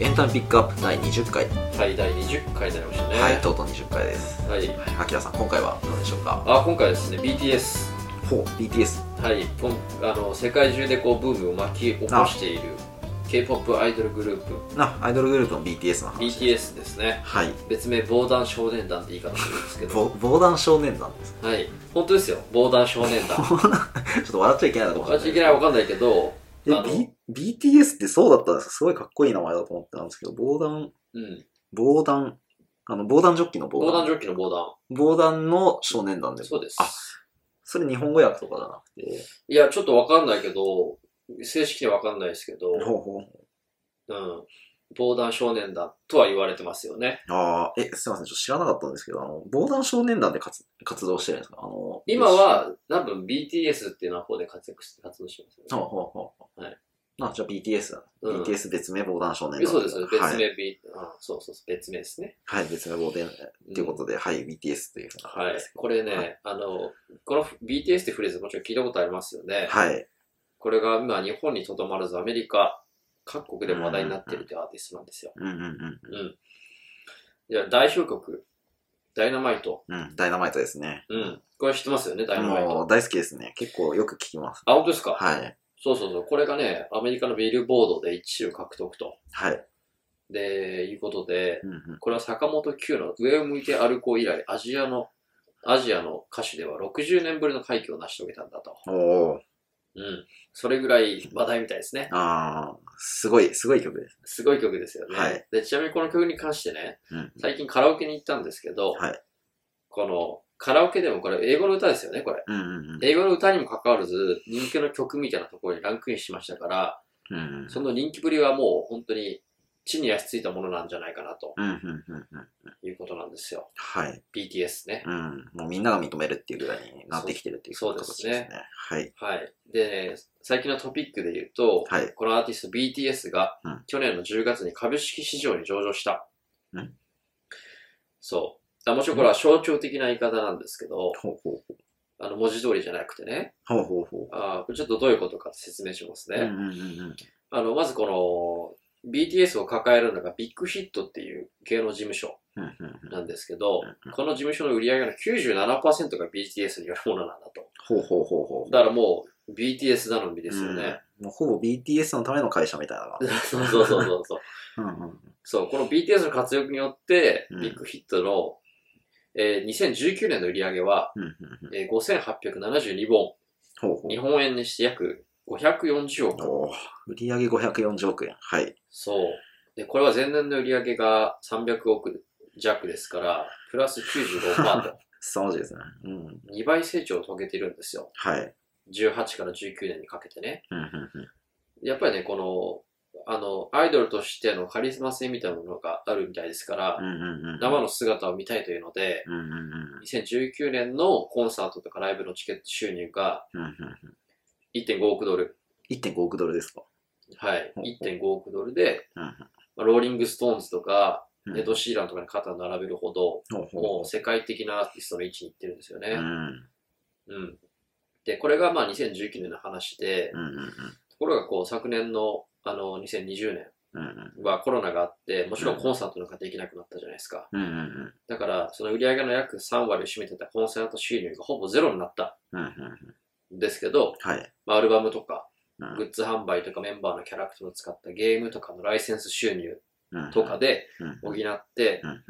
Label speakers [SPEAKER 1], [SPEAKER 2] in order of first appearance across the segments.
[SPEAKER 1] エンタメピックアップ第20回、
[SPEAKER 2] 最大20回になりましたね
[SPEAKER 1] はいとうとう20回です
[SPEAKER 2] はい
[SPEAKER 1] あきらさん今回はどうでしょうか
[SPEAKER 2] あ今回はですね BTS
[SPEAKER 1] ほう BTS
[SPEAKER 2] はいポンあの世界中でこうブームを巻き起こしている k p o p アイドルグループ
[SPEAKER 1] なアイドルグループの BTS の話
[SPEAKER 2] BTS ですね
[SPEAKER 1] はい
[SPEAKER 2] 別名防弾少年団って言い方するんですけど
[SPEAKER 1] ぼ防弾少年団 です
[SPEAKER 2] はい本当ですよ防弾少年 団
[SPEAKER 1] ちょっと笑っちゃいけないなと思
[SPEAKER 2] 私
[SPEAKER 1] っ
[SPEAKER 2] い
[SPEAKER 1] て
[SPEAKER 2] けないわかんないけど
[SPEAKER 1] え
[SPEAKER 2] あの、
[SPEAKER 1] B、BTS ってそうだったんですかすごいかっこいい名前だと思ってたんですけど防弾
[SPEAKER 2] うん
[SPEAKER 1] 防弾あの防弾ジョッキの防
[SPEAKER 2] 防弾
[SPEAKER 1] 弾
[SPEAKER 2] ジョッキの防弾
[SPEAKER 1] 防弾の少年団で
[SPEAKER 2] そうです
[SPEAKER 1] あそれ日本語訳とかじゃなくて
[SPEAKER 2] いやちょっとわかんないけど正式にはわかんないですけど、
[SPEAKER 1] ほうほう
[SPEAKER 2] うん、防弾少年団とは言われてますよね
[SPEAKER 1] ああ、え、すいません、ちょっと知らなかったんですけど、あの、防弾少年団で活活動してるんですかあの、
[SPEAKER 2] 今、は多分 BTS っていうのはここで活躍して活動してます
[SPEAKER 1] ほう
[SPEAKER 2] よね
[SPEAKER 1] ほうほう。
[SPEAKER 2] はい。
[SPEAKER 1] あ、じゃあ BTS だ、
[SPEAKER 2] うん
[SPEAKER 1] BTS 別名防弾少年団。
[SPEAKER 2] そうですそうです
[SPEAKER 1] は
[SPEAKER 2] 別
[SPEAKER 1] い。
[SPEAKER 2] 名 B、あそうそうそう別名ですね
[SPEAKER 1] はい、別名防弾っていうことで、はい、BTS というふうな
[SPEAKER 2] はい
[SPEAKER 1] です。
[SPEAKER 2] これね、
[SPEAKER 1] はい
[SPEAKER 2] あのこの BTS ってフレーズもちろん聞いたことありますよね、
[SPEAKER 1] はい。
[SPEAKER 2] これが今日本にとどまらずアメリカ各国でも話題になっているというアーティストなんですよ、
[SPEAKER 1] うんうんうん
[SPEAKER 2] うん。いや、代表曲、ダイナマイト。
[SPEAKER 1] うん。うん、ダイナマイトですね。
[SPEAKER 2] うん。これ知ってますよね、ダイナマイ
[SPEAKER 1] も
[SPEAKER 2] ト
[SPEAKER 1] う。大好きですね。結構よく聞きます。
[SPEAKER 2] あ、本当ですか、
[SPEAKER 1] はい。
[SPEAKER 2] そうそうそう。これがね、アメリカのビルボードで1位を獲得と。
[SPEAKER 1] はい。
[SPEAKER 2] で、いうことで
[SPEAKER 1] う、んうん。
[SPEAKER 2] これは坂本九の上を向いて歩こう以来、アジアの、アジアの歌手では60年ぶりの快挙を成し遂げたんだと。
[SPEAKER 1] おー、
[SPEAKER 2] うん。それぐらい話題みたいですね。
[SPEAKER 1] あー、すごい、すごい曲です。
[SPEAKER 2] すごい曲ですよね。
[SPEAKER 1] はい
[SPEAKER 2] で、ちなみにこの曲に関してね、
[SPEAKER 1] うん。
[SPEAKER 2] 最近カラオケに行ったんですけど、
[SPEAKER 1] はい
[SPEAKER 2] この、カラオケでもこれ英語の歌ですよね、これ。
[SPEAKER 1] うんうんうん。
[SPEAKER 2] 英語の歌にもかかわらず、人気の曲みたいなところにランクインしましたから、
[SPEAKER 1] うんうん
[SPEAKER 2] その人気ぶりはもう本当に地に足ついたものなんじゃないかなと
[SPEAKER 1] うんうんうんうん。
[SPEAKER 2] いうことなんですよ。
[SPEAKER 1] はい。
[SPEAKER 2] BTS ね。
[SPEAKER 1] うん、もうみんなが認めるっていうぐらいになってきてるっていう
[SPEAKER 2] そう
[SPEAKER 1] こと
[SPEAKER 2] そうですね
[SPEAKER 1] はい。
[SPEAKER 2] はい。で、最近のトピックで言うと、
[SPEAKER 1] はい。
[SPEAKER 2] このアーティスト BTS が
[SPEAKER 1] うん
[SPEAKER 2] 去年の10月に株式市場に上場した。
[SPEAKER 1] うん
[SPEAKER 2] そう。あもちろんこれは象徴的な言い方なんですけど、
[SPEAKER 1] ほうほう
[SPEAKER 2] あの文字通りじゃなくてね、
[SPEAKER 1] ほう。ほうほうほ
[SPEAKER 2] あーこれちょっとどういうことかって説明します
[SPEAKER 1] う。
[SPEAKER 2] ね。
[SPEAKER 1] うんうんうん
[SPEAKER 2] あの、まずこの、BTS を抱えるのがビッグヒットっていう芸能事務所
[SPEAKER 1] うん。うんうんうん
[SPEAKER 2] なんですけど
[SPEAKER 1] うんうん、
[SPEAKER 2] この事務所の売り上げの97%が BTS によるものなんだと。
[SPEAKER 1] ほうほうほうほう。
[SPEAKER 2] だからもう BTS 頼みですよね。
[SPEAKER 1] うん。もうほぼ BTS のための会社みたいな感じ。
[SPEAKER 2] そうそうそうそうそう。
[SPEAKER 1] うんうん。
[SPEAKER 2] そう、この BTS の活躍によって、
[SPEAKER 1] うん
[SPEAKER 2] ビッグヒットの、えー2019年の売り上げは、
[SPEAKER 1] うんうんうん。
[SPEAKER 2] えー5872本、
[SPEAKER 1] ほうほう
[SPEAKER 2] 日。本円にして約540億。
[SPEAKER 1] おー売り上げ540億円。はい。
[SPEAKER 2] そう。で、これは前年の売り上げが300億弱ですから、プラス95%と。
[SPEAKER 1] 凄まじいですね。うん。
[SPEAKER 2] 2倍成長を遂げてるんですよ。
[SPEAKER 1] はい。
[SPEAKER 2] 18から19年にかけてね。
[SPEAKER 1] うんうんうん。
[SPEAKER 2] やっぱりね、この、あの、アイドルとしてのカリスマ性みたいなものがあるみたいですから、
[SPEAKER 1] うんうんうん。
[SPEAKER 2] 生の姿を見たいというので、
[SPEAKER 1] うんうんうん。
[SPEAKER 2] 2019年のコンサートとかライブのチケット収入が
[SPEAKER 1] うんうんうん。
[SPEAKER 2] 1.5億ドル。
[SPEAKER 1] 1.5億ドルですか。
[SPEAKER 2] はい
[SPEAKER 1] ほうほ。う
[SPEAKER 2] 1.5億ドルで、
[SPEAKER 1] うん
[SPEAKER 2] まあローリングストーンズとか、
[SPEAKER 1] うんうん。
[SPEAKER 2] エド・シーランとかに肩を並べるほど、
[SPEAKER 1] ほうほう
[SPEAKER 2] も
[SPEAKER 1] ほ
[SPEAKER 2] う世界的なアーティストの位置に行ってるんですよ
[SPEAKER 1] う。うんう
[SPEAKER 2] ね。
[SPEAKER 1] ん
[SPEAKER 2] うん。で、これがまあ2019年の話で、
[SPEAKER 1] うんうん。
[SPEAKER 2] ところがこう昨年のあの2020年
[SPEAKER 1] うんうん
[SPEAKER 2] はコロナがあって、もちろんコンサートなんかできなくなったじゃないですか。
[SPEAKER 1] うんうんうん。
[SPEAKER 2] だから、その売り上げの約3割を占めてたコンサート収入がほぼゼロになった
[SPEAKER 1] うんうんうん。
[SPEAKER 2] んですけど、
[SPEAKER 1] はい。
[SPEAKER 2] まあアルバムとか、
[SPEAKER 1] うん
[SPEAKER 2] グッズ販売とかメンバーのキャラクターを使ったゲームとかのライセンス収入
[SPEAKER 1] うん
[SPEAKER 2] とかで
[SPEAKER 1] うん
[SPEAKER 2] 補って、
[SPEAKER 1] うんうん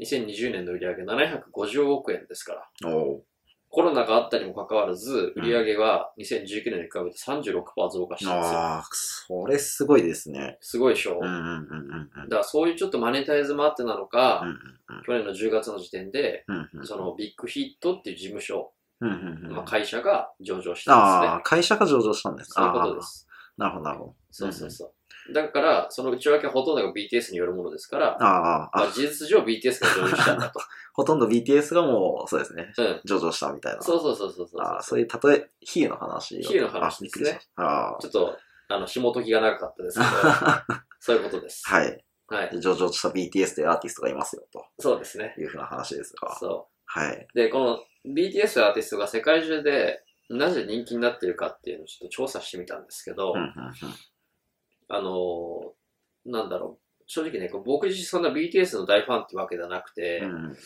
[SPEAKER 2] 2020年の売り上げ750億円ですから、
[SPEAKER 1] おー
[SPEAKER 2] コロナがあったにもかかわらず、売り上げは2019年に比べて36%増加したんですよ。
[SPEAKER 1] ああ、それすごいですね。
[SPEAKER 2] すごいでしょ、
[SPEAKER 1] うんう
[SPEAKER 2] だ
[SPEAKER 1] んうんうんうん。
[SPEAKER 2] からそういうちょっとマネタイズもあってなのか、
[SPEAKER 1] うん
[SPEAKER 2] 去年の10月の時点で、
[SPEAKER 1] うんうんうん
[SPEAKER 2] そのビッグヒットっていう事務所、
[SPEAKER 1] うんうんうん
[SPEAKER 2] まあ、会社が上場したんです
[SPEAKER 1] あ
[SPEAKER 2] ね
[SPEAKER 1] あ、。会社が上場したんです
[SPEAKER 2] そういうことで。す。
[SPEAKER 1] あーなるほど、なるほ
[SPEAKER 2] そうそうそう。だから、その内訳はほとんどが BTS によるものですから、
[SPEAKER 1] ど。ああ、
[SPEAKER 2] ま
[SPEAKER 1] あ
[SPEAKER 2] あ、事実上 BTS が上場した んだと。
[SPEAKER 1] ほとんど BTS がもう、そうですね。
[SPEAKER 2] うん。
[SPEAKER 1] 上場したみたいな。
[SPEAKER 2] そうそうそうそうそう。
[SPEAKER 1] あーそういう、たとえ、比喩の話を。
[SPEAKER 2] 比喩の話
[SPEAKER 1] あびっくりしました。あ
[SPEAKER 2] ちょっと、あの、紐解きが長かったですけど、
[SPEAKER 1] あ。
[SPEAKER 2] そういうことです。
[SPEAKER 1] はい。
[SPEAKER 2] はい。
[SPEAKER 1] で上場した BTS というアーティストがいますよ、と
[SPEAKER 2] そうですね。
[SPEAKER 1] いうふうな話ですが。
[SPEAKER 2] そ
[SPEAKER 1] はい。
[SPEAKER 2] う。で、この BTS というアーティストが世界中でなぜ人気になっているかっていうのをちょっと調査してみたんですけど、
[SPEAKER 1] うんうんうん
[SPEAKER 2] あのーなんだろう。正直ね、こう僕自身そんな BTS の大ファンってわけじゃなくて、
[SPEAKER 1] うん。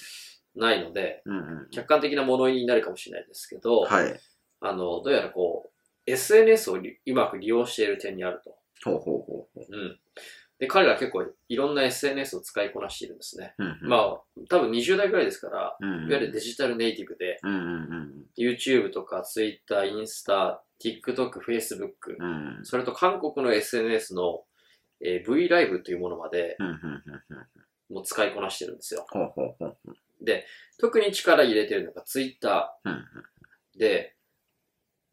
[SPEAKER 2] ないので、
[SPEAKER 1] うんうん。
[SPEAKER 2] 客観的なものになるかもしれないですけど、
[SPEAKER 1] はい。
[SPEAKER 2] あの、どうやらこう、SNS をりうまく利用している点にあると。
[SPEAKER 1] ほうほうほうほう。
[SPEAKER 2] うん。で、彼ら結構いろんな SNS を使いこなしているんですね。
[SPEAKER 1] うんうん。
[SPEAKER 2] まあ、多分20代ぐらいですから、
[SPEAKER 1] うんうん、
[SPEAKER 2] いわゆるデジタルネイティブで、
[SPEAKER 1] うんうんうん。
[SPEAKER 2] YouTube とか Twitter、インスタ、TikTok、Facebook、
[SPEAKER 1] うんうん。
[SPEAKER 2] それと韓国の SNS の、えー V ライブというものまで
[SPEAKER 1] うんうんうんうん。
[SPEAKER 2] もう使いこなしてるんですよ。
[SPEAKER 1] ほうほうほう。
[SPEAKER 2] 特に力入れてるのが Twitter
[SPEAKER 1] うんうん。
[SPEAKER 2] で、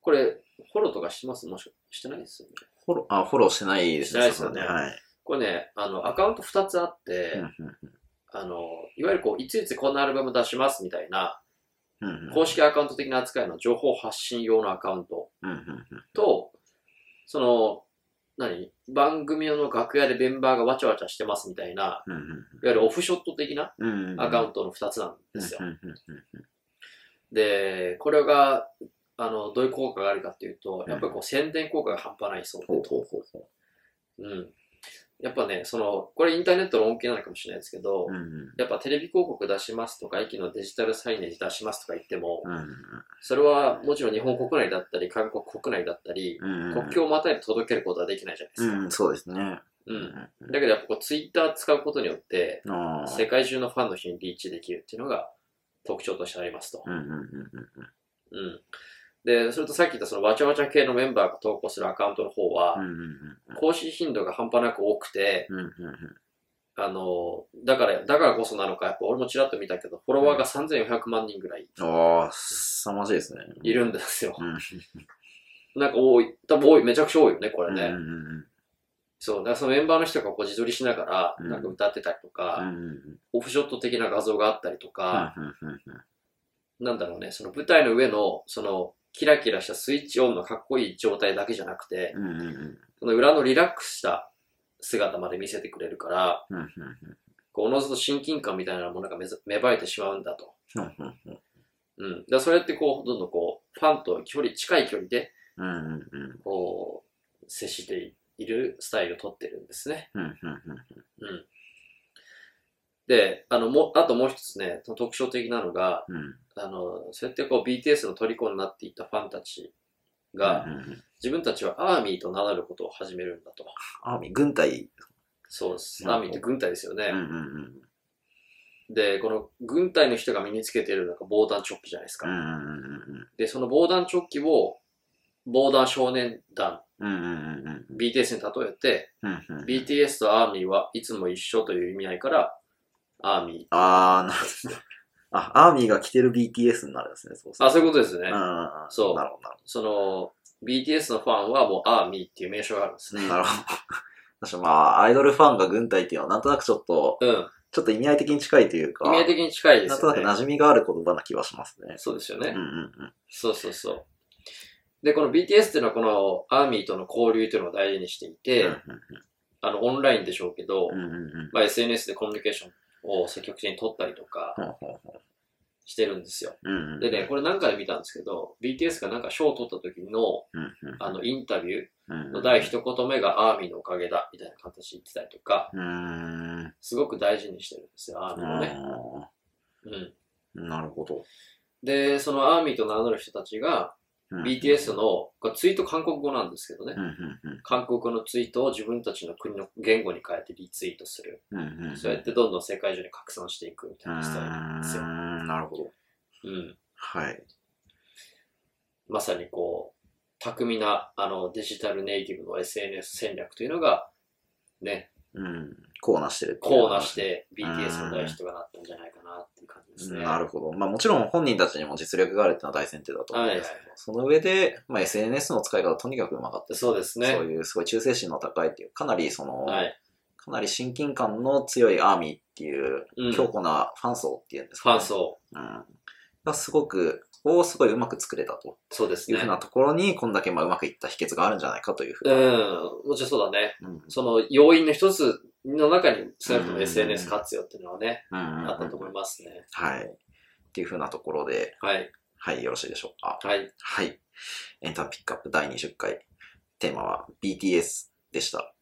[SPEAKER 2] これ、フォローとかしてますもしかしてないですよね。
[SPEAKER 1] フォロー、あ、フォローしてないです
[SPEAKER 2] してないですよね
[SPEAKER 1] はい。
[SPEAKER 2] これね、あの、アカウント2つあって、
[SPEAKER 1] うんうん
[SPEAKER 2] あの、いわゆるこう、いついつこんなアルバム出しますみたいな、
[SPEAKER 1] うんうん。
[SPEAKER 2] 公式アカウント的な扱いの情報発信用のアカウント
[SPEAKER 1] うんうんうん。
[SPEAKER 2] と、その、何番組の楽屋でメンバーがわちゃわちゃしてますみたいな、
[SPEAKER 1] うん
[SPEAKER 2] いわゆるオフショット的な
[SPEAKER 1] うんうんうん。
[SPEAKER 2] アカウ
[SPEAKER 1] ン
[SPEAKER 2] ントの2つなんですよ
[SPEAKER 1] う。んうんうん
[SPEAKER 2] で、これが、あの、どういう効果があるかっていうと、やっぱりこう宣伝効果が半端ないそうで
[SPEAKER 1] ほうほうほうほ
[SPEAKER 2] うん。やっぱね、その、これインターネットの恩恵なのかもしれないですけど、
[SPEAKER 1] う。うんうん。
[SPEAKER 2] やっぱテレビ広告出しますとか、駅のデジタルサイネージ出しますとか言っても、
[SPEAKER 1] うん
[SPEAKER 2] それはもちろん日本国内だったり、韓国国内だったり、
[SPEAKER 1] うんうん。
[SPEAKER 2] 国境をまたいで届けることはできないじゃないで
[SPEAKER 1] う
[SPEAKER 2] すか。
[SPEAKER 1] ん、そうですね。
[SPEAKER 2] う。
[SPEAKER 1] うん
[SPEAKER 2] だけどやっぱこうツイッター使うことによって、
[SPEAKER 1] ん。ああ。
[SPEAKER 2] 世界中のファンの人にリーチできるっていうのが特徴としてありますと。
[SPEAKER 1] うんうんうんうん。
[SPEAKER 2] うん。で、それとさっき言ったそのわちゃわちゃ系のメンバーが投稿するアカウントの方
[SPEAKER 1] う
[SPEAKER 2] は、
[SPEAKER 1] んうん
[SPEAKER 2] 更新頻度が半端なく多くて、
[SPEAKER 1] うんうん
[SPEAKER 2] あの、だから、だからこそなのか、やっぱ俺もちらっと見たけど、フォロワーが3400万人ぐら
[SPEAKER 1] う
[SPEAKER 2] い
[SPEAKER 1] ん。ああ、凄まじいですね。
[SPEAKER 2] いるんですよ。
[SPEAKER 1] うん。
[SPEAKER 2] なんか多い、多分多い、めちゃくちゃ多いよね、こ
[SPEAKER 1] う
[SPEAKER 2] れ
[SPEAKER 1] んう
[SPEAKER 2] ね。
[SPEAKER 1] んうん。
[SPEAKER 2] そう、だからそのメンバーの人がこう自撮りしながら、
[SPEAKER 1] うん
[SPEAKER 2] なんか歌ってたりと
[SPEAKER 1] う
[SPEAKER 2] か、
[SPEAKER 1] んうんうん。
[SPEAKER 2] オフショット的な画像があったりとか、
[SPEAKER 1] うんうんうん
[SPEAKER 2] なんだろうね、その舞台の上の、その、キラキラしたスイッチオンのかっこいい状態だけじゃなくて、
[SPEAKER 1] うんうんうん
[SPEAKER 2] その裏のリラックスした姿まで見せてくれるから、
[SPEAKER 1] うんうんうん
[SPEAKER 2] こうおのずと親近感みたいなものがめざ芽生えてしまうんだと。
[SPEAKER 1] うんうん
[SPEAKER 2] うん。だからそれってこう、どんどんこう、ファンと距離、近い距離で、
[SPEAKER 1] うんうんうん
[SPEAKER 2] こう、接しているスタイルをとってるんですね。
[SPEAKER 1] うんうんうん
[SPEAKER 2] うん。で、あの、も、あともう一つね、その特徴的なのが、
[SPEAKER 1] うん
[SPEAKER 2] あの、そうやってこう BTS の虜になっていったファンたちが、
[SPEAKER 1] うんうん
[SPEAKER 2] 自分たちはアーミーと名乗ることを始めるんだと。
[SPEAKER 1] アーミー、軍隊。
[SPEAKER 2] そうです。
[SPEAKER 1] なる
[SPEAKER 2] ア
[SPEAKER 1] ほ
[SPEAKER 2] ー
[SPEAKER 1] ど
[SPEAKER 2] ミーって軍隊ですよ
[SPEAKER 1] うんう
[SPEAKER 2] ね。
[SPEAKER 1] んうん
[SPEAKER 2] で、この軍隊の人が身につけてるのが防弾チョッキじゃないです
[SPEAKER 1] う
[SPEAKER 2] か。
[SPEAKER 1] んうんうん
[SPEAKER 2] で、その防弾チョッキを、防弾少年団、
[SPEAKER 1] うんうんうんうんうん
[SPEAKER 2] BTS に例えて、
[SPEAKER 1] うんうん
[SPEAKER 2] BTS とアーミーはいつも一緒という意味合いから、アーミ
[SPEAKER 1] あー、なるほど。あ、アーミーが着てる BTS になるんですね、そう
[SPEAKER 2] ー。あ、そういうことですね。
[SPEAKER 1] あ
[SPEAKER 2] そう
[SPEAKER 1] なるほど、なる
[SPEAKER 2] その、BTS のファンはもうアーミーっていう名称があるんです
[SPEAKER 1] ほ
[SPEAKER 2] ね
[SPEAKER 1] ど。。なるほど。 私まあ、アイドルファンが軍隊っていうのは、なんとなくちょっと、
[SPEAKER 2] うん。
[SPEAKER 1] ちょっと意味合い的に近いというか、
[SPEAKER 2] 意味合い的に近いで
[SPEAKER 1] なん
[SPEAKER 2] す
[SPEAKER 1] とな
[SPEAKER 2] よ
[SPEAKER 1] く
[SPEAKER 2] ね。
[SPEAKER 1] 馴染みがある言葉な気はしますね。
[SPEAKER 2] そうですよ
[SPEAKER 1] う
[SPEAKER 2] ね、
[SPEAKER 1] んうんうん。
[SPEAKER 2] そうそうそう。で、この BTS っていうのはこのアーミーとの交流というのを大事にしていて、あの、オンラインでしょうけど、
[SPEAKER 1] うんうんうん。
[SPEAKER 2] まあ、SNS でコミュニケーションを積極的に取ったりとか
[SPEAKER 1] ほうほうほ
[SPEAKER 2] してるんですよ。
[SPEAKER 1] ううんうん。
[SPEAKER 2] でね、これ何回見たんですけど、BTS がなんか賞を取った時の、あの、インタビューの第
[SPEAKER 1] 一。
[SPEAKER 2] 一言目がアーミーのおかげだ、みたいな形で言ってたりとか、
[SPEAKER 1] うーん。あ
[SPEAKER 2] すごく大事にしてるんですよ、アーミーをね。
[SPEAKER 1] あ
[SPEAKER 2] うん。
[SPEAKER 1] ー、なるほど。
[SPEAKER 2] で、そのアーミーと名乗る人たちが、
[SPEAKER 1] うん
[SPEAKER 2] BTS の、これツイート韓国語なんですけどね
[SPEAKER 1] う、んうんうん
[SPEAKER 2] 韓国語のツイートを自分たちの国の言語に変えてリツイートする。
[SPEAKER 1] うんうん。
[SPEAKER 2] そうやってどんどん世界中に拡散していくみ
[SPEAKER 1] う
[SPEAKER 2] たい
[SPEAKER 1] ー
[SPEAKER 2] なスタイルなんですよ。
[SPEAKER 1] ん、なるほど。
[SPEAKER 2] うん。
[SPEAKER 1] はい。
[SPEAKER 2] まさにこう、巧みな、あの、デジタルネイティブの SNS 戦略というのが、ね、
[SPEAKER 1] うん。こうなしてるっていう
[SPEAKER 2] こうなして
[SPEAKER 1] ん
[SPEAKER 2] BTS の大ヒットがなったんじゃないかなっていう感じですね。
[SPEAKER 1] なるほど。まあもちろん本人たちにも実力があるっていうのは大前提だと思うんですけど、
[SPEAKER 2] はいはい
[SPEAKER 1] その上で、まあ SNS の使い方とにかくうまかったです。
[SPEAKER 2] そうです
[SPEAKER 1] そう
[SPEAKER 2] ね。
[SPEAKER 1] いうすごい忠誠心の高いっていう、かなりその、
[SPEAKER 2] はい。
[SPEAKER 1] かなり親近感の強いアーミーっていう、
[SPEAKER 2] うん。
[SPEAKER 1] 強固なファン層っていうんです
[SPEAKER 2] フ
[SPEAKER 1] か、
[SPEAKER 2] ァン。層。
[SPEAKER 1] うん。がすごく、をすごいうまく作れたと
[SPEAKER 2] そうです
[SPEAKER 1] い
[SPEAKER 2] ね。
[SPEAKER 1] うふうなところに、こんだけまあうまくいった秘訣があるんじゃないかというふう
[SPEAKER 2] うん。もちろんそうだね。
[SPEAKER 1] に。うん。
[SPEAKER 2] その要因の一つの中に、少なくと
[SPEAKER 1] う
[SPEAKER 2] も
[SPEAKER 1] ん
[SPEAKER 2] SNS 活用っていうのはね、
[SPEAKER 1] うんうん
[SPEAKER 2] あったと思いますね。
[SPEAKER 1] はい。っていうふうなところで、
[SPEAKER 2] はい。
[SPEAKER 1] はい、よろしいでしょうか。
[SPEAKER 2] はい。
[SPEAKER 1] はい。エンターピックアップ第20回。テーマは BTS でした。